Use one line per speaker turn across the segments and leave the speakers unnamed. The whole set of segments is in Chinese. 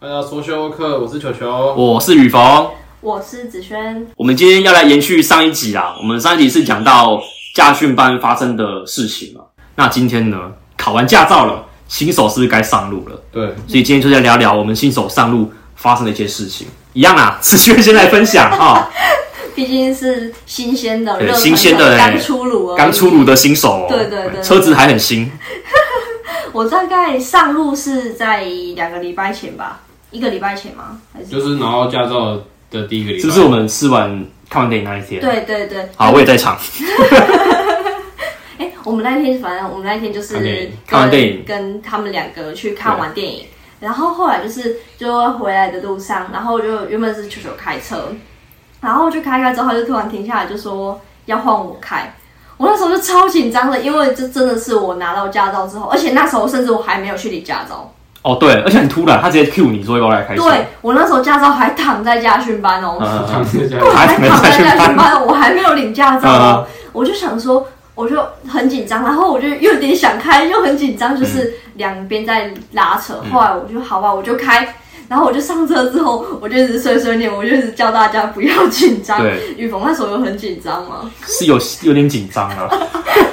大家说修课，我是球球。
我是雨逢，
我是子轩，
我们今天要来延续上一集啦。我们上一集是讲到驾训班发生的事情嘛，那今天呢，考完驾照了，新手是不是该上路了？
对，
所以今天就来聊聊我们新手上路发生的一些事情。一样啊， 子轩先来分享啊，
毕竟是新鲜的，
对
热腾腾
新鲜的嘞
刚出炉而已
刚出炉。的新手、哦，
对对对
车子还很新，
我大概上路是在两个礼拜前吧，一个礼拜前吗？还是？
就是拿到驾照的第一个礼拜，
是不是？我们试完看完电影那一天，，
对对对，
好，我也在场，
哎、我们那天反正我们那天就是
看电影
看完
跟
电影
跟他们两个去看完电影，然后后来就是就回来的路上，然后就原本是球球开车，然后就开开之后，他就突然停下来，就说要换我开。我那时候就超紧张的，因为这真的是我拿到驾照之后，而且那时候甚至我还没有去领驾照。
哦对，而且很突然，他直接 Q 你说要不要来开车，
对我那时候驾照还躺在家训班哦，
嗯，
这
嗯嗯
样子这
我
样
还
还没
躺在
在
家
训
训班，我还没有领驾照
嗯
哦，我就想说，我就很紧张，然后我就又有点想开，又很紧张，就是
嗯
两边在拉扯。后来我就好吧，我就开，然后我就上车之后，我就一直碎碎念，我就一直叫大家不要紧张。
对。嗯
雨逢那时候有很紧张吗？
是有有点紧张了，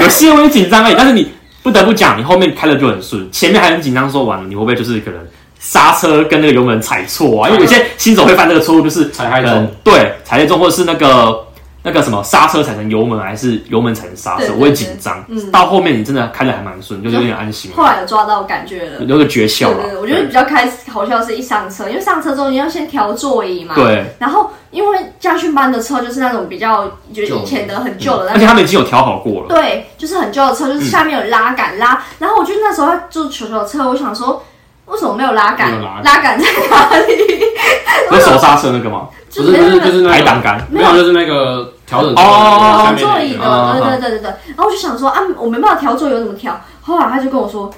有些微紧张而已。但是你不得不讲，你后面开的就很顺，前面还很紧张，说完了你会不会就是可能刹车跟那个油门踩错啊？因为有些新手会犯这个错误，就是
踩太
嗯
重，
对，踩太重，或者是那个那个什么刹车踩成油门，还是油门踩成刹
对
车，
对
我会紧张。
嗯
到后面你真的开的还蛮顺，就是有点安心
后来有抓到感觉了
有。有个诀窍
对
了
对，对，我觉得比较开好笑是一上车，因为上车之后你要先调座椅嘛。。
对，
然后因为驾训班的车就是那种比较就是
旧的
以前的很旧的那
而且他们已经有调好 过了，
对，就是很旧的车，
嗯
就是下面有拉杆拉。然后我就那时候要坐球球车，我想说为什么没有拉杆？
没有拉杆
杆在哪里？
有手刹车那个吗？
不
就
不
是没有
是就
那个
是那
排
个
挡杆。
没有，就是那个调整
哦
调
座
座椅
椅的下面那个
嗯
的，对对对对对。然后我就想说啊，我没办法调座椅，我怎么调？后来他就跟我说。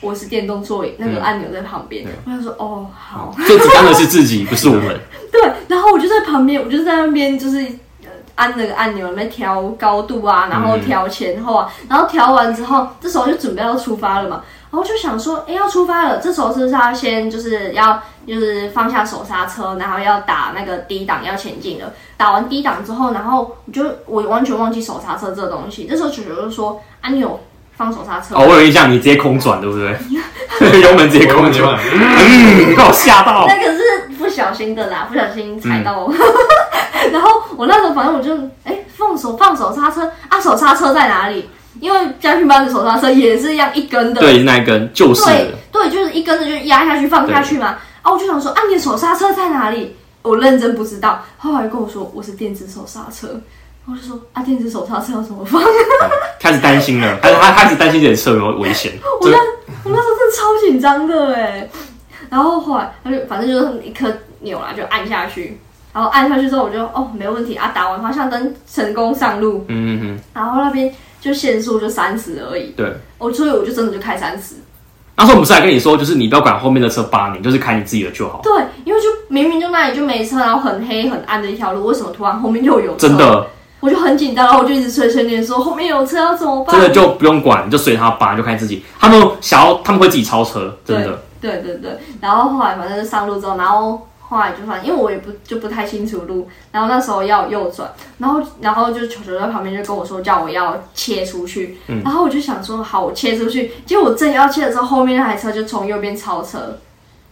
我是电动座椅，那个
嗯
按钮在旁边。
对
我想说，哦，好，
最紧张的是自己，不是我们。
对。然后我就在旁边，我就在那边，就是呃按那个按钮，那边调高度啊，然后
嗯
调前后啊，然后调完之后，这时候就准备要出发了嘛。然后就想说，哎，要出发了，这时候是不是要先就是要就是放下手刹车，然后要打那个低档要前进了。打完低档之后，然后我就我完全忘记手刹车这个东西。这时候球球就说：“啊，你有放手刹车吗？”
哦，我有印象，你直接空转，对不对？ 油门直接
我
空
问你
转，
问你
嗯，你把我吓到。
那个是不小心的啦，不小心踩到 我。然后我那时候反正我就哎、放手放手刹车啊，手刹车在哪里？因为家训班的手刹车也是一样一根的，
对，那一根就是
对对就是一根的就压下去放下去嘛。啊，我就想说啊，你的手刹车在哪里？我认真不知道。后来跟我说我是电子手刹车，然后我就说啊，电子手刹车要怎么放？
开始担心了，开始他开始担心自己的车有没有危险。
我那我那时候真的超紧张的哎，然后后来他就反正就是一颗钮啦，就按下去，然后按下去之后我就哦没问题啊，打完方向灯成功上路，
嗯嗯嗯，
然后那边就限速就三十而已，
对。哦
我所以我就真的就开三十，
那时候我们是来跟你说，就是你不要管后面的车扒你，就是开你自己的就好。
对，因为就明明就那里就没车，然后很黑很暗的一条路，为什么突然后面又有车？
真，的，
我就很紧张，然后我就一直碎碎念说后面有车要怎么办？
真的就不用管，你就随他扒，就开自己。他们想要，他们会自己超车，真的。
对对对，然后后来反正就上路之后，然后后来就反正因为我也不就不太清楚路，然后那时候要右转，然后然后就球球在旁边就跟我说叫我要切出去，
嗯
然后我就想说好我切出去，结果我正要切的时候，后面那台车就从右边超车，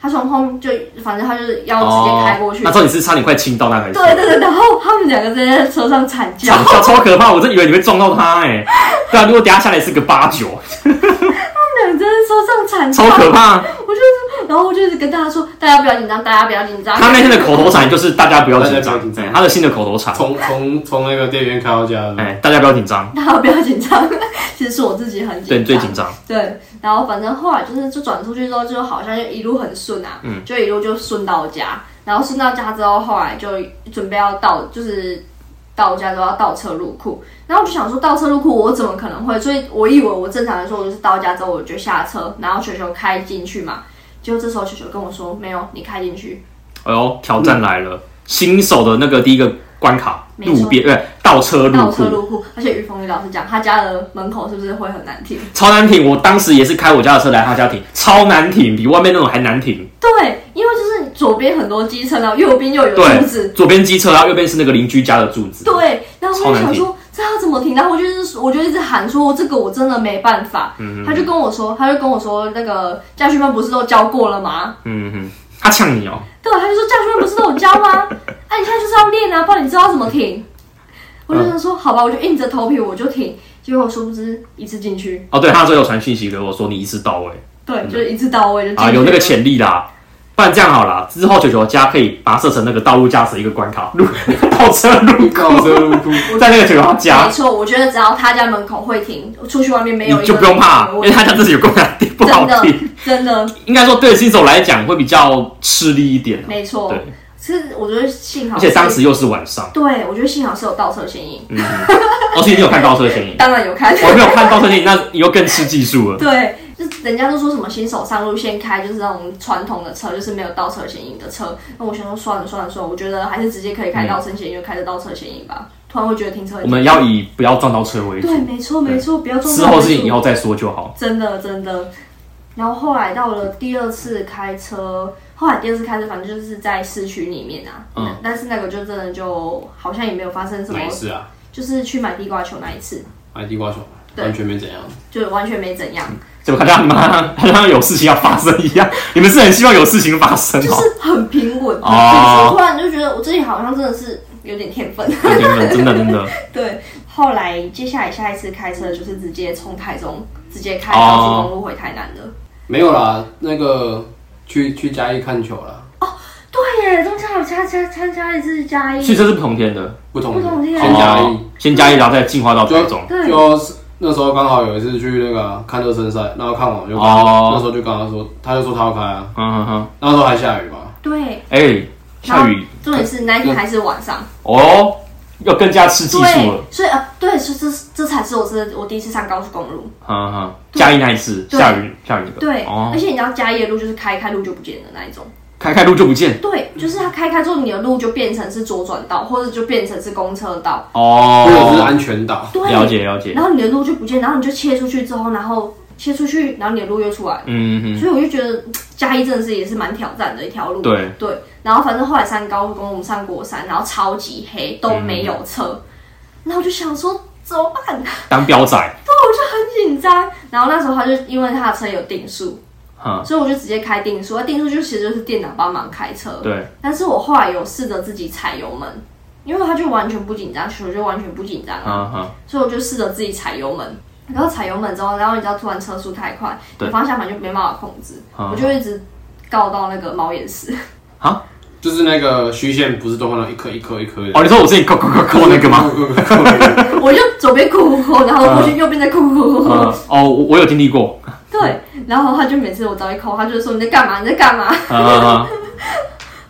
他从后面就反正他就是要直接开过去，
哦那时候你是差点快亲到那台车，
对对对，然后他们两个在车上惨叫
惨，叫超可怕，我真以为你会撞到他哎、对啊，如果等一下下来是个八九，
他们两个在车上惨叫
超，可怕。
然后我就是跟大家说大家不要紧张，大家不要紧张，
他那天的口头禅就是大家不要紧
大家不
张
要紧，张
哎他的新的口头禅，
从从从那个电源开到家的，
哎，大家不要紧张，
大家不要紧张， 其实是我自己很
对，
紧张，
你最紧张，
对，然后反正后来就是就转出去之后，就好像就一路很顺啊，
嗯
就一路就顺到家，然后顺到家之后，后来就准备要到，就是到家都要倒车入库，然后我就想说倒车入库我怎么可能会？所以我以为我正常来说我就是到家之后我就下车，然后球球开进去嘛，结果这时候球球跟我说没有，你开进去，
哎呦，挑战来了，新手的那个第一个关卡，
没错
路边对，倒车入
倒车
库，
入库，而且于峰宇老师讲他家的门口是不是会很难停？
超难停，我当时也是开我家的车来他家停，超难停，比外面那种还难停，
对，因为就是左边很多机车，然后右边又有
对
柱子，
左边机车，然后右边是那个邻居家的柱子。
对，然后我就
超难
想
停
说这要怎么停？然后我就是我就一直喊说这个我真的没办法。
嗯
他就跟我说，他就跟我说那个驾训班不是都教过了吗？
嗯哼，他呛你哦、
对，他就说驾训班不是都有教吗？ 哎、你现在就是要练啊，不然你知道怎么停。我就想说、好吧，我就硬着头皮我就停，结果殊不知一次进去，
哦，对，他最后有传讯息给我说你一次到位
对，就是一次到位就进
嗯
去
啊，有那个
了
潜力啦。不然这样好了，之后九九家可以把它设成那个道路驾驶一个关卡，路 倒车入
倒车入库，
在那个九九家
没，错，我觉得只要他家门口会停，出去外面没
你
有一个
就不用怕，啊因
我
为他家自己有够难听，不好
真的
听。
真的
应该说对新手来讲会比较吃力一点啊，
没错
对。
其实我觉得幸好
而
是，
且当时又是晚上，嗯
对我觉得幸好是有倒车嫌疑，
而且你有看倒车 嫌疑，
当然 有开。
我没有看倒车嫌疑，那你又更吃技术了。
对，就是人家都说什么新手上路先开就是那种传统的车，就是没有倒车嫌疑的车。那我想说算了算了算了，我觉得还是直接可以开倒车嫌疑，就开着倒车嫌疑吧。突然会觉得停车很
嗯我们要以不要撞到车为主，
对，没错没错，不要撞到
之后
人
事情
数
以后再说就好。
真的真的。然后后来到了第二次开车，后来第二次开车，反正就是在市区里面啊。
嗯。
但是那个就真的就好像也没有发生什么
哪，一次啊？
就是去买地瓜球那一次，
买地瓜球，啊
对
完全没怎样。
就完全没怎样，
怎么好像妈好像有事情要发生一样？你们是很希望有事情发生
就
哦？
是很平稳。
哦
就是突然就觉得我自己好像真的是有点天分。
真的真的真的
对，后来接下来下一次开车就是直接从台中直接开高速公路回台南的。
哦
没有啦，那个去去嘉义看球啦，
对耶，中间有参加参加一次嘉
所以
义，
这是不同天的，
不同
不同天啊
先嘉
哦
义，
先加一，然后再进化到台中。
对，
就是那时候刚好有一次去那个啊看热身赛，然后看完我就跟他
哦
那时候就跟他说，他就说他要开啊，
嗯哼哼，
那时候还下雨吧，
对，
哎，下雨
重点是那一天还是晚上。
哦，要更加吃技术了
对。，所以啊，对，是这这才是我真的我第一次上高速公路。
嗯哼，加一那一次
对
下雨下雨的，
对，
哦
而，且你知道嘉义的路就是开一开路就不见的那一种。
开开路就不见
对，就是它开一开之后，你的路就变成是左转道，或者就变成是公车道。
或者是
哦，
安全岛，
对，
了解了解，
然后你的路就不见，然后你就切出去之后，然后切出去，然后你的路又出来。
嗯哼，
所以我就觉得嗯嘉义真的是也是蛮挑战的一条路。
对
对，然后反正后来上高速公路，我们上国山，然后超级黑，都没有
嗯
车。然后我就想说怎么办？
当标仔，
很紧张。然后那时候他就因为他的车有定速，
嗯，
所以我就直接开定速。那定速就其实就是电脑帮忙开车，
对，
但是我后来有试着自己踩油门，因为他就完全不紧张，球就完全不紧张，
嗯哼，
所以我就试着自己踩油门。然后踩油门之后，然后你知道突然车速太快，
对
你方向盘就没办法控制，
嗯
我就一直告到那个猫眼石。
就是那个虚线不是都放到一颗一颗一颗的
哦，你说我自己扣扣扣扣那个 吗？？
我就左边哭哭哭，然后过去右边在哭哭哭。
嗯，哦，我我有经历过，
对，然后他就每次我只要一扣，他就说你在干嘛？你在干嘛？
呃，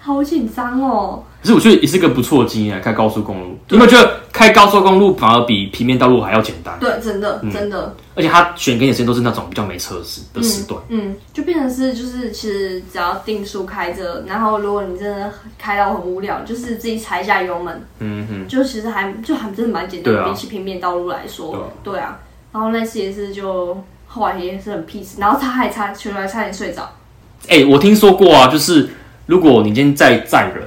好紧张哦。
可是我觉得也是个不错的经验，开高速公路。你有没有觉得开高速公路反而比平面道路还要简单？
对，真的
嗯
真的。
而且它选给你的时间都是那种比较没车时的时段。
嗯，嗯，就变成是就是其实只要定速开着，然后如果你真的开到很无聊，就是自己踩一下油门，
嗯哼，
就其实还就还真的蛮简单
对
的，
啊
比起平面道路来说，
对啊
对啊。然后那次也是就后来也是很 peace，然后他还差球还差点睡着，
哎、我听说过啊，就是如果你今天在载人，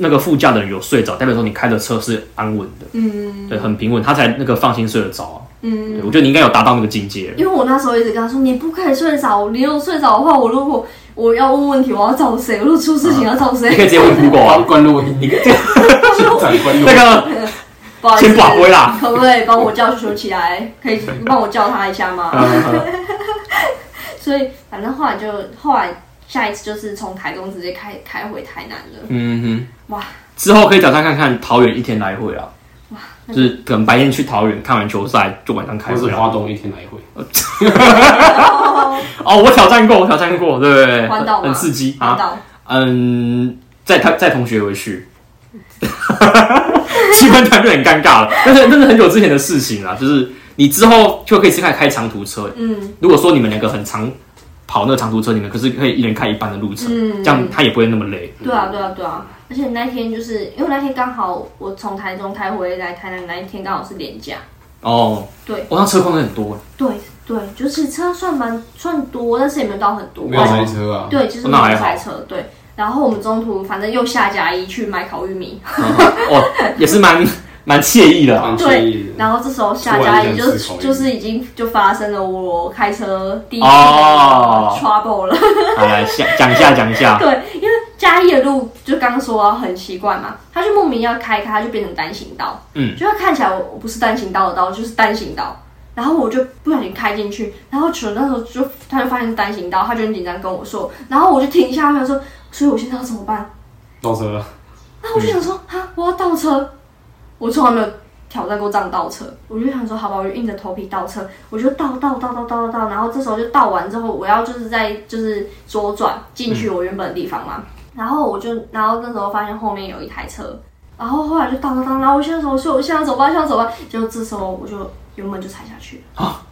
那个副驾的人有睡着，代表说你开的车是安稳的，
嗯
对，很平稳，他才那个放心睡得着啊、
嗯。
对，我觉得你应该有达到那个境界 了。
因为我那时候一直跟他说，你不可以睡着，你如果睡着的话，我如果我要问问题，我要找谁？我如果出事情要找
你可以
谁？
直接问 Google
关
啊，
关录音，你现场关录
那
音，
个
不好意
先
思，
挂龟 啦。
可不可以帮我叫球起来？可以帮我叫他一下吗？
嗯嗯
所以反正后来就后来下一次就是从台中直接开开回台南 了。
嗯哼，
哇
哇，之后可以挑战看看桃园一天来回啊。就是可能白天去桃园看完球赛，就晚上开
还
啊回
是
来。
花东一天来回，
啊
哦，我挑战过，我挑战过，对对对，
环岛吗
很刺激
知
啊。
道，
嗯，载他载同学回去， 气氛突然就很尴尬了。但是那是很久之前的事情啦，就是你之后就可以试看开长途车。
嗯
如果说你们两个很常跑那个长途车，你们可是可以一人开一半的路程，
嗯，
这样他也不会那么累。
对啊对啊对啊。而且那天就是因为那天刚好我从台中开回来台南，那一天刚好是连假，
哦，
对，
哦，那车况也很多，
对对，就是车算蛮算多，但是也没有到很多。
哦
哦
没有塞车啊，
对，就是没
那还
有
好
塞车。对，然后我们中途反正又下甲一去买烤玉米，
哦，也是蛮 蛮惬意的啊。
蛮惬意的。
然后这时候下
突
甲
然
一
间
就
吃烤玉米
就是已经就发生了我开车第一次的
哦
trouble 了。
好来下讲一下讲一下，
对，因为嘉义的路就刚刚说啊很奇怪嘛，它就莫名要开开，它就变成单行道，
嗯，
就它看起来我我不是单行道的道，就是单行道。然后我就不小心开进去，然后球那时候就他就发现是单行道，他就很紧张跟我说，然后我就停下来，我想说，所以我现在要怎么办？
倒车啊了，
然后我就想说，
嗯
哈、我要倒车，我从来没有挑战过这样倒车，我就想说，好吧，我就硬着头皮倒车，我就倒倒倒倒倒倒倒，然后这时候就倒完之后，我要就是在就是左转
嗯
进去我原本的地方嘛，然后我就然后那时候发现后面有一台车，然后后来就倒倒倒，然后我现在说，我说我现在走吧，现在走吧，结果这时候我就油门就踩下去了
啊，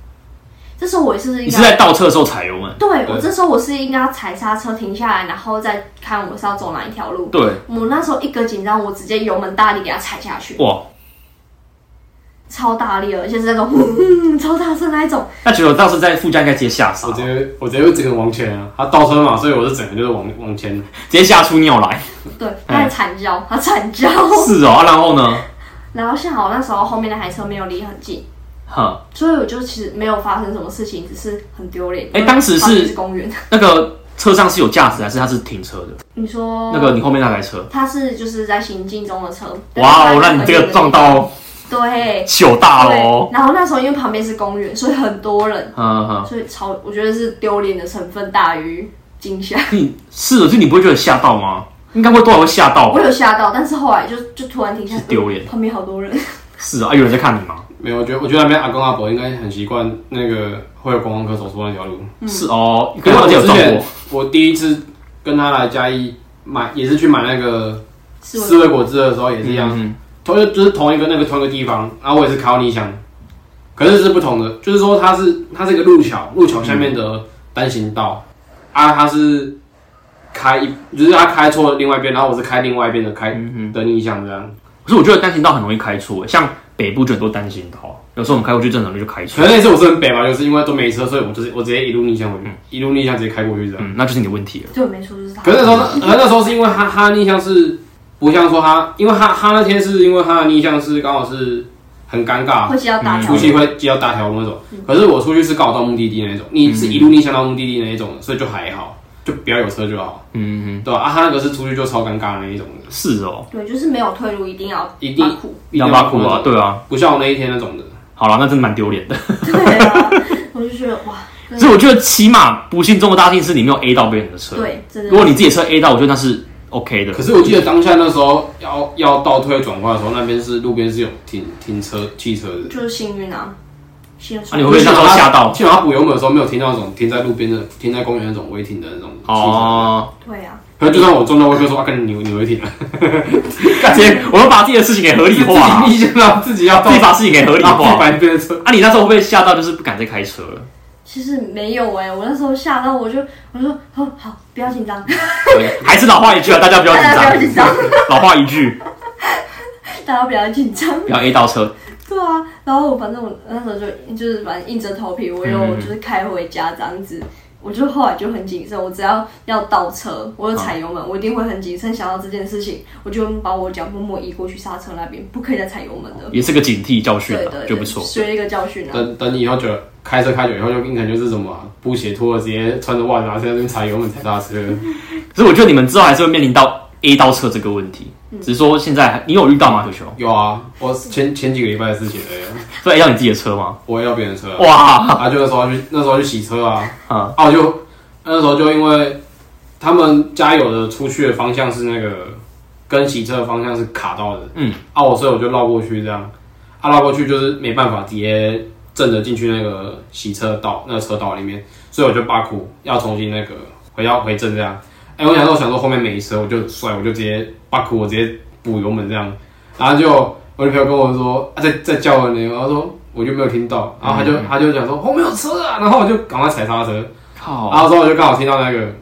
这时候我也是
你
应
是
该。
在倒车的时候踩油门？
对我
对
这时候我是应该要踩刹车停下来，然后再看我是要走哪一条路。
对，
我那时候一个紧张，我直接油门大力给它踩下去，
哇，
超大力了，而且是那种 嗯超大声那一种。
那结果当时在副驾应该直接吓傻
我，直接我直接会整个往前啊，他倒车嘛，所以我是整个就是往往前，
直接吓出尿 来。
对，
哎
他在惨叫，他惨叫。
是哦，啊然后呢？
然后幸好那时候后面那台车没有离很近，
哼，
所以我就其实没有发生什么事情，只是很丢脸。
哎当时是
旁边公园，
那个车上是有驾驶还是他是停车的？
你说
那个你后面那台车？
他是就是在行进中的车，
哇哦，
对
那你这个撞到
对。
糗大喽！
对，然后那时候因为旁边是公园，所以很多人，
嗯哼，
所以超我觉得是丢脸的成分大于惊吓。
你是的，就你不会觉得吓到吗？应该会多少会吓到吧
我？有吓到，但是后来就就突然停下，
哦是丢脸
嗯旁边好多人，
是啊，有人在看你吗？
没有，我觉得我觉得那边阿公阿婆应该很习惯那个会有观光客走出那条路。
是哦，可
可是
是我
我
有
之
撞
前
过，
我第一次跟他来嘉义买，也是去买那个
是
四味果汁的时候也是一样，
嗯
同就是同一个那个同一个地方，然后我也是开到逆向，可是是不同的，就是说它是它是一个路桥，路桥下面的单行道，啊，它是开一，就是它开错了另外一边，然后我是开另外一边的开
嗯哼。
的逆向这样，
可是我觉得单行道很容易开错，像北部就很多单行道，有时候我们开过去，正常就开
可
错。
能那次我是很北吧，就是因为都没车，所以我就是我直接一路逆向回去，一路逆向直接开过去这样。
嗯，那就是你的问题了。
对，没错，就是他。
可是那时候，可是那时候是因为他他的逆向是不像说他，因为他他那天是因为他的逆向是刚好是很尴尬，
会接到大
嗯
条
出
路，
去会接到大条路那种。可是我出去是刚好到目的地那一种，你是一路逆向到目的地那一种，所以就还好，就不要有车就好，
嗯
对吧、啊？他那个是出去就超尴尬的那一种的，
哼，是哦，
对，就是没有退路，一定要
一定
把苦。
幺八苦啊，
那种，
对啊。
不像我那一天那种的。
好了，那真的蛮丢脸的。
对啊，我就觉得哇，真
所以
的
我觉得起码不幸中的大幸是你没有 A 到别人的车。，
对，真的。
如果你自己的车 A 到，我觉得那是 OK 的。
可是我记得当下那时候要要倒退转弯的时候，那边是路边是有停停车汽车的。
就是幸运啊，幸运。
啊你会不会那时候吓到
起码他补油门的时候没有听到那种停在路边的、停在公园那种违停的那种汽车。
哦，
对啊，
可是就算我撞到，我就说啊，跟你你违停了，
感觉我们把自己的事情给合理化
自，己逆向到自己要
自己把事情给合理
然后
化。
白边的车，
啊，你那时候会不会吓到，就是不敢再开车了？
其实没有哎、我那时候吓到，我就我就说哦好，不要紧张，
对还是老话一句啊，大家不要紧
大家不要
张。
紧张，
老话一句，
大家不要紧张。
不要 A 到车。
对啊，然后我反正我那时候就就是反正硬着头皮，我有
嗯
就是开回家这样子。我就后来就很谨慎，我只要要倒车，我有踩油门，我一定会很谨慎。想到这件事情，我就把我脚默默移过去刹车那边，不可以再踩油门了。
哦也是个警惕教训
对
啊
对，对，
就不错。
学一个教训啊。
等等你以后就开车开久以后，就可能就是什么、啊、布鞋脱了，直接穿着袜子，然后在那边踩油门踩刹车。
可是我觉得你们之后还是会面临到 A 到车这个问题，只是说现在还你有遇到吗？球球，
有啊，我前前几个礼拜的事情而已啊，
所以 A 到你自己的车吗？
我也要别人的车啊，
哇，
啊，就那时候去那时候去洗车啊，
啊，
啊，我就那时候就因为他们加油的出去的方向是那个跟洗车的方向是卡到的，
嗯，
啊，我所以我就绕过去这样，啊，绕过去就是没办法直接正着进去那个洗车道那个车道里面，所以我就罢苦要重新那个回要回正这样，哎、我想说我想说后面没车，我就摔，我就直接罢苦，我直接补油门这样，然后就我女朋友跟我说，啊，在在叫我呢，然后说。我就没有听到，然后他
嗯
就、他就讲说后面有车啊，然后我就赶快踩刹车，
靠，
然后之后我就刚好听到那个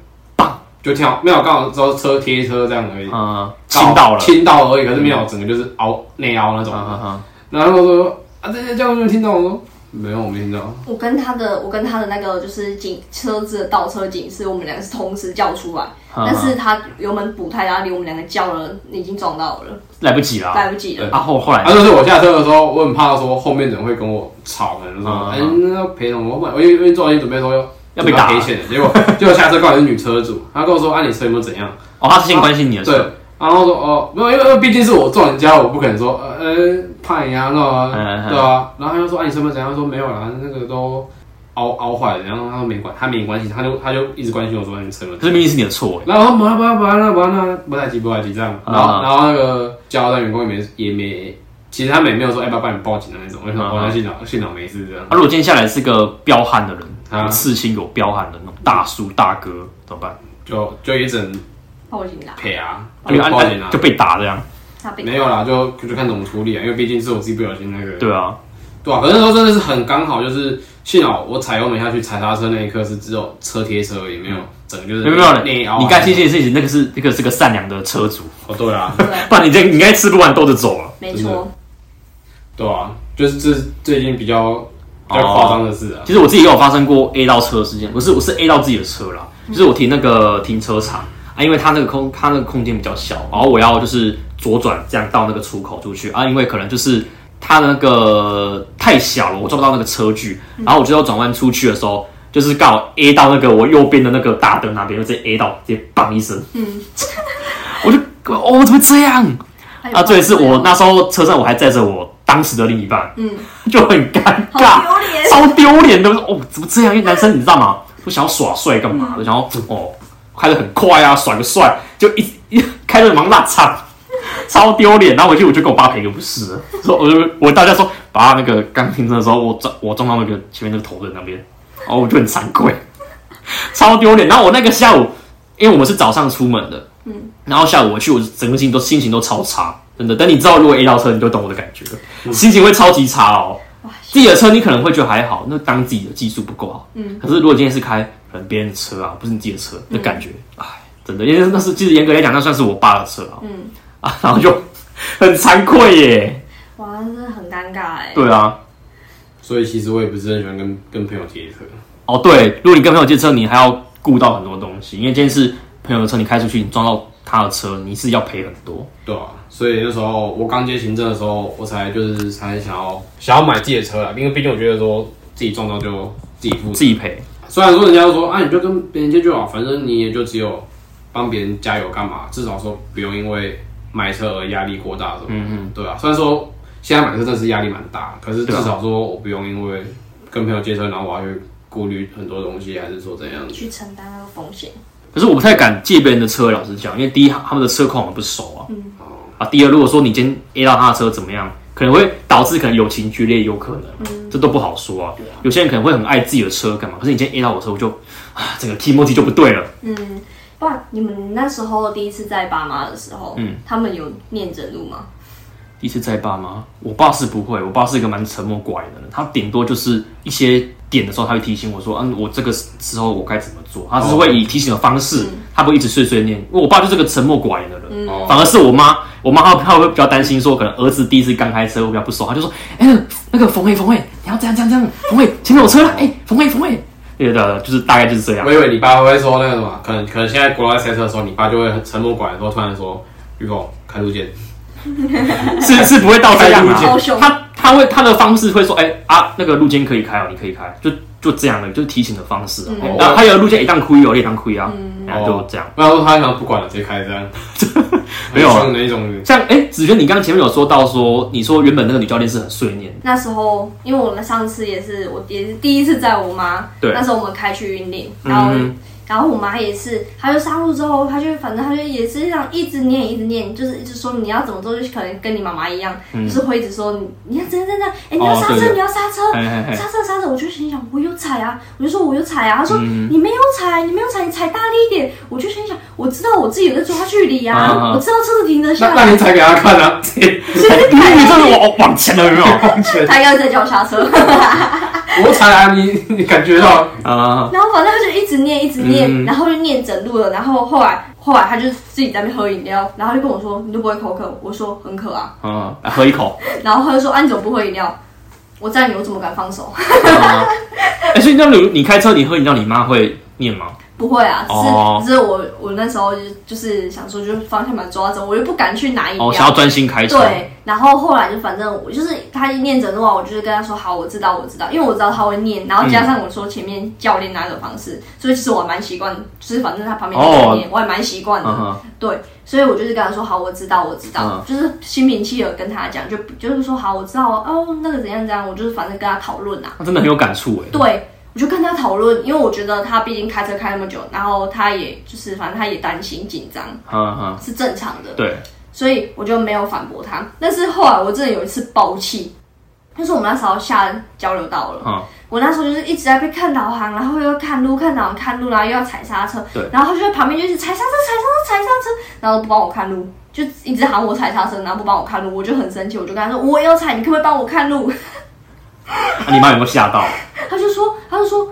就听到没有，刚好之后车贴车这样而已，
嗯，亲到了，嗯
倾倒而已，可是没有整个就是凹内凹那种。
嗯嗯嗯
然后他说啊，这这教官有听到我说没有，我没听到。
我跟他的，我跟他的那个就是警车子的倒车警示，我们两个是同时叫出
啊
来，但是他油门补太大力，我们两个叫了，已经撞到了，
来不及了。
来不及了。
啊后后来
啊，就是我下车的时候，我很怕说后面的人会跟我吵，可能说
啊
哎，那要赔偿我，我我因为因为做好心理准备说要
要被打
赔钱的，结果结果下车刚好是女车主，她跟我说啊，你车有没有怎样？
哦，他是先关心你的
对
事，，
然后说哦，没有，因为因为毕竟是我撞人家，我不可能说呃呃判呀，那
嗯嗯
啊对啊，然后他就说啊你身份怎样？他说没有啦，那个都凹凹坏了，然后他说没管，他没关系，他就他就一直关心我说你身份
可是明明是你的错
然后不要不要不要不要那不太急不太急这样，然后、
啊
然后那个加油站员工也没也没，其实他们也没有说哎、要不要帮你报警的那种，我就想
啊
哦那幸好幸好没事这样
啊。如果今天下来是个彪悍的人，
啊
有刺青有彪悍的那种大叔大哥，怎么办？
就就也只能
报警啦，
赔啊，
就
就
按
报警啊
就，被打这样。
他被
没有啦，就就看怎么处理啊，因为毕竟是我自己不小心那个。
对啊，
对啊，可是那时候真的是很刚好，就是幸好我踩油门下去踩刹车那一刻是只有车贴车而已，嗯没有整个就是
没有没有，
内
你
凹啊。
你该庆幸的事情，那个是那个是个善良的车主，
哦，对啊，
对，
不然你这你应该吃不完兜着走啊了。
没
真
错
的，对啊，就是这是最近比较比较夸张的事啊。
其实我自己也有发生过 A 到车的事件，不是我是 A 到自己的车啦，就是我停那个停车场啊，因为它那个空它那个空间比较小，然后我要就是左转这样到那个出口出去啊，因为可能就是它那个太小了，我抓不到那个车距，
嗯
然后我就要转弯出去的时候。就是刚好 A 到那个我右边的那个大灯啊那边，就直接 A 到，直接砰一声，
嗯，
我就哦，怎么这样？
还有
啊，这也是
报警
我
哦
那时候车上我还载着我当时的另一半，
嗯，
就很尴
好
尬，
丢脸，哦
超丢脸的。哦，怎么这样？因为男生你知道吗？不想要耍帅干嘛的？然后哦，开的很快啊，耍个帅，就一一开的忙拉惨，超丢脸。然后回去我就跟我爸赔个不是，说我就我大家说，爸那个刚停车的时候，我撞我撞到那个前面那个头的那边，哦，我就很惭愧，超丢脸。然后我那个下午，因为我们是早上出门的，嗯，然后下午我去，我整个心情都心情都超差，真的。等你知道如果 A 到车，你就懂我的感觉了，心情会超级差哦。自己的车你可能会觉得还好，那当自己的技术不够好，嗯，可是如果今天是开可能别人的车啊，不是你自己的车，那感觉，哎、真的，因为那是其实严格来讲，那算是我爸的车啊，
嗯，
啊，然后就很惭愧耶，
哇，真的很尴尬哎，
对啊，
所以其实我也不是很喜欢跟跟朋友贴车。
哦对，如果你跟朋友借车，你还要顾到很多东西，因为今天是朋友的车，你开出去，你撞到他的车，你是要赔很多，
对啊，所以那时候我刚接行政的时候，我才就是才想要想要买自己的车啊，因为毕竟我觉得说自己撞到就自己负责。
自己赔，
虽然说人家都说啊，你就跟别人借就好，反正你也就只有帮别人加油干嘛，至少说不用因为买车而压力过大什么。
嗯嗯，
嗯，对啊，虽然说现在买车真的是压力蛮大，可是至
对啊
少说我不用因为跟朋友借车，然后我要去顾虑很多东西，还是说怎样？
去承担那个风险，
可是我不太敢借别人的车，老实讲，因为第一他们的车况我不熟啊，啊，第二如果说你今天 A 到他的车怎么样，可能会导致可能友情决裂，有可能，这都不好说啊。有些人可能会很爱自己的车干嘛，可是你今天 A 到我的车，我就啊，整个 e m o j 就不对了。
嗯。不然你们那时候第一次在爸妈的时候，嗯，他们有念着路吗？
第一次载爸妈，我爸是不会，我爸是一个蛮沉默寡言的人，他顶多就是一些点的时候，他会提醒我说，嗯，我这个时候我该怎么做，他只是会以提醒的方式，他不会一直碎碎念，因为我爸就是个沉默寡言的人，
哦
反而是我妈，我妈她她会比较担心说，可能儿子第一次刚开车，我比较不熟，她就说，哎、那个冯慧冯慧，你要这样这样这样，冯慧前面有车了，哎、冯慧冯慧，对的，就是大概就是这样
我。以为你爸会说那个什么，可能可能现在国外赛车的时候，你爸就会很沉默寡言，说突然说预告开路见。
是是不会到这样
开路
啊
肩。
他他会他的方式会说，哎、啊，那个路肩可以开哦，你可以开，就就这样的，就是提醒的方式、啊。
嗯
然后还有路肩一旦亏哦，一旦亏啊，然后就这样。
不然说他想不管了，直接开这样，
没有
很爽的一种人。
像哎、子轩，你刚刚前面有说到说，你说原本那个女教练是很碎念的，
那时候，因为我们上次也是我也是第一次载我妈，
对
那时候我们开去云林，然后、
嗯
然后我妈也是，她就上路之后，她就反正她就也是这样一直念一直念，就是一直说你要怎么做，就可能跟你妈妈一样，就是会一直说你你要怎样怎样怎样，哎、你
嗯
要
哦
刹
对
车，
对
你要刹车。
嘿嘿嘿，
刹车刹车，我就心想我有踩啊，我就说我有踩啊。他说、
嗯
你没有踩，你没有踩，你踩大力一点。我就心想，我知道我自己有在抓距离啊，
啊啊
我知道车子停得
那
下
那
来，
你踩给他看啊，
你你这是往往前了有没有？
他要再叫 刹车。
我踩啊，你你感觉到？
啊，
然后反正他就一直念，一直念，
嗯
然后就念整路了。然后后来，后来他就自己在那边喝饮料，然后就跟我说：“你都不会口渴。”我说：“很渴啊。”
嗯，来喝一口，
然后他就说：“啊，你怎么不喝饮料？”我站你，我怎么敢放手？
哎、所以那如你开车，你喝饮料，你妈会念吗？
不会啊，只是、
哦
只是我我那时候就就是想说，就是方向盘抓着，我又不敢去拿饮料。
哦，想要专心开车。
哎
啊
对，然后后来就反正我就是他一念整的话，我就是跟他说好，我知道，我知道，因为我知道他会念，然后加上我说前面教练那种方式，所以其实我还蛮习惯，就是反正他旁边
哦
在念，我也蛮习惯的。
嗯哼，
对，所以我就是跟他说好，我知道，我知道，就是心平气和跟他讲，就就是说好，我知道哦，那个怎样怎样，我就是反正跟他讨论啊。
那真的很有感触哎。
对，我就跟他讨论，因为我觉得他毕竟开车开那么久，然后他也就是反正他也担心紧张
嗯哼，
是正常的，
对，
所以我就没有反驳他。但是后来我真的有一次爆气，就是我们那时候下交流道了，
嗯
我那时候就是一直在被看导航，然后又要看路、看导航、看路，然后又要踩刹车，
对
然后他就在旁边就是踩刹车、踩刹车、踩刹车，然后不帮我看路，就一直喊我踩刹车，然后不帮我看路，我就很生气，我就跟他说我也要踩，你可不可以帮我看路？
那、啊你妈有没有吓到？
他就说，他就说，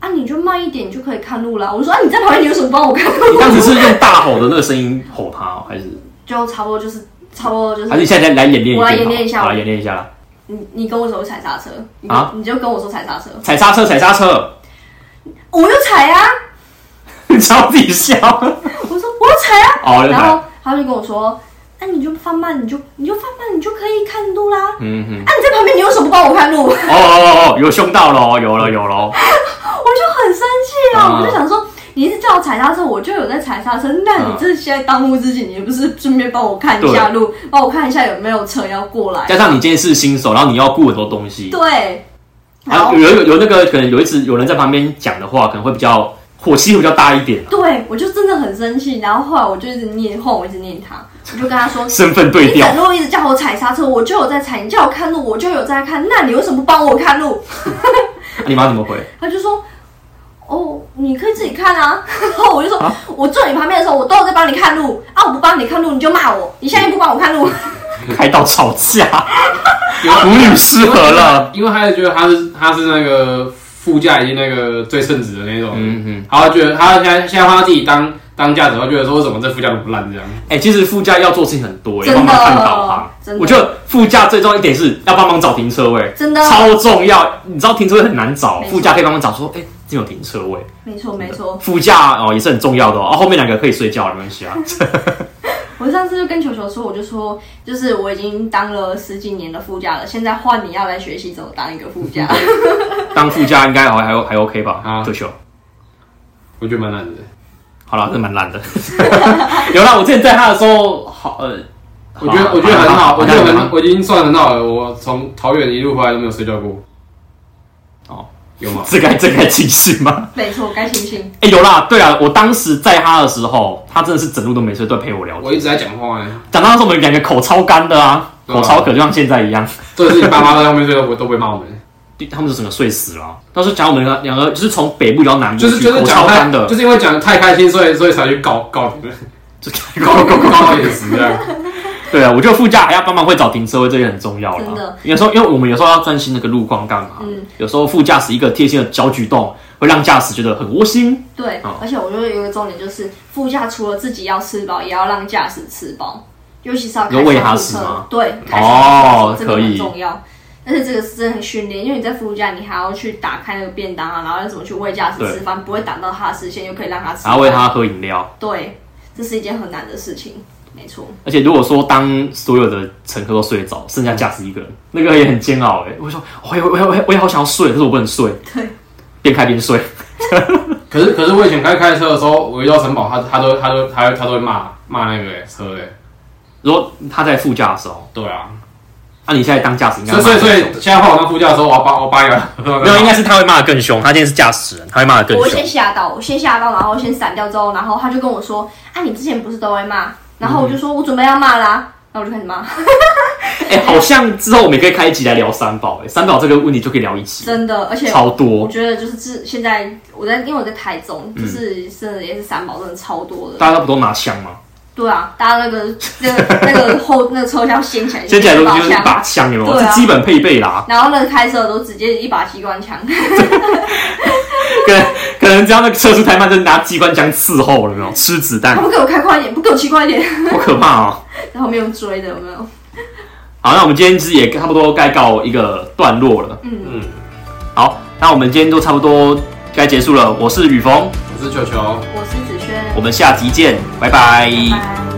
啊，你就慢一点，你就可以看路啦。我说，啊，你在旁边，你有什么帮我看路？
你当时是用大吼的那个声音吼她、哦，还是
就差不多就是，差不多就
还是
是，
你现在来演练一遍好了？
我来演练一下
好来演练一下。
你你跟我说我踩刹车，你就、
啊
你就跟我说踩刹车，
踩刹车，踩刹车，
我就踩啊，
你瞧自己笑。哦
我说我就踩啊，
哦，又
然
踩，
后他就跟我说，啊，你就放慢，你就你就放慢，你就可以看路啦。
嗯哼，
啊，你在旁边，你为什么不帮我看路？
哦哦哦哦，有凶到喽，有了有了。
我就很生气啊！
啊
我就想说，你一直叫我踩刹车，我就有在踩刹车。那你
啊
这现在当务之急，你不是顺便帮我看一下路，帮我看一下有没有车要过来？
加上你今天是新手，然后你要顾很多东西，
对，然
然
后
后有有有那个可能有一次有人在旁边讲的话，可能会比较火气会比较大一点，。
对我就真的很生气。然后后来我就一直念，后来我一直念他，我就跟他说
身份对
你
调啊
整。路一直叫我踩刹车，我就有在踩；你叫我看路，我就有在看。那你为什么不帮我看路？
啊你妈怎么回？
他就说：“哦，你可以自己看啊。” 然后我就说：“我坐你旁边的时候，我都有在帮你看路啊！我不帮你看路，你就骂我。你现在又不帮我 看路，
开到吵架，
有啊
母女失和了。
因为他就觉得他是他是那个副驾已经那个最称职的那种，
嗯
然后觉得他现在现在换他自己当当驾驶，他觉得说为什么这副驾驶不烂这样？
哼，哎、其实副驾要做事情很多，要帮
真的哦
忙看导航。，
真的，
我觉得副驾最重要一点是要帮忙找停车位，
真的
超重要。你知道停车位很难找，
没错
副驾可以帮忙找说，哎、这有停车位。
没错没错。
副驾哦也是很重要的哦，哦后面两个可以睡觉，没关系啊。
我上次就跟球球说，我就说，就是我已经当了十几年的副驾了，现在换你要来学习怎么当一个副 驾。
当副驾应该还还还 OK 吧
啊？
退休。
我觉得蛮烂的。
好了，这蛮烂的。有啦，我之前在他的时候，好呃，
我觉得我觉得很好，我觉得很
好
我已经算很好了。我从桃园一路回来都没有睡觉过。
哦，
有吗？
这该这该情绪吗？
没错，该庆幸。
哎、有啦，对啊，我当时在他的时候，他真的是整路都没睡，都在陪我聊天。
我一直在讲话哎、
讲到那时候我们两个口超干的啊，
对啊
口超渴，就像现在一样。
这是你爸妈在后面睡都不都不会骂我们，
他们是整个睡死了啊、当时讲我们两个就是从北部聊到南部去，
就是就是
口
讲
超
太
干的，
就是因为讲得太开心，所以所以才去告告你们，
就
告告饮食这样。
对啊，我觉得副驾还要帮忙会找停车位，这也很重要
真
了
的。
有时候因为我们有时候要专心那个路况干嘛，
嗯
有时候副驾驶一个贴心的小举动，会让驾驶觉得很窝心。
对，
哦
而且我觉得有一个重点就是，副驾除了自己要吃饱，也要让驾驶吃饱，尤其是要开
有喂他
长途
吃吗
车，对，开
哦
长途车这个
可以
很重要。但是这个是真的很训练，因为你在副驾，你还要去打开那个便当啊，然后要怎么去喂驾驶
对
吃饭，不会挡到他的视线，又可以让他吃。
然后喂，他喝饮料。
对，这是一件很难的事情，没错。
而且如果说当所有的乘客都睡着，剩下驾驶一个人，
嗯
那个也很煎熬哎、我说，我也我也我也我也好想要睡，可是我不能睡，
对，
边开边睡。
可是可是我以前开开车的时候，我遇到城堡，他他都他都他他都会骂骂那个欸车哎。
如果他在副驾的时候，
对啊，
那、你现在当驾驶应该
所以所以
骂得
所以
更凶
现在换我当副驾的时候，我要帮我帮一个，
没有，应该是他会骂得更凶。他今天是驾驶人，他会骂得
我
更凶
先。吓到，我先吓到，然后先闪掉之后，然后他就跟我说：“啊，你之前不是都会骂？”然后我就说：“我准备要骂啦。”然后我就开始骂，
哎、好像之后我们也可以开一集来聊三宝、哎，三宝这个问题就可以聊一集，
真的，而且
超
我
多。
觉得就是自现在我在，因为我在台中，
嗯
就是真的也是三宝，真的超多的。
大家都不都拿枪吗？
对啊，大家那个那个那个后那个车厢掀起来，
先起来都
一
就是一
把枪，
把枪，有没有？
哎对
是
啊
基本配备啦。
然后那个开车的都直接一把机关枪，
可能可能只要那个车速太慢，就拿机关枪伺候了，有没有？吃子弹
他，不给我开快一点，不给我骑快一点，
好可怕哦、
然后没有追的，有没有？
好，那我们今天其实也差不多该告一个段落了。
嗯，
嗯，
好，那我们今天都差不多该结束了。我是雨峰，
我是球球。
我是子轩，
我们下集见，拜拜
拜拜。